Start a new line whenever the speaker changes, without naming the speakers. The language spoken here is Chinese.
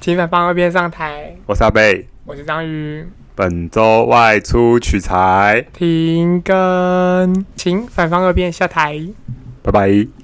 请反方二辩上台，
我是阿贝，
我是章鱼。
本周外出取材，
停更，请反方二辩下台。
拜拜。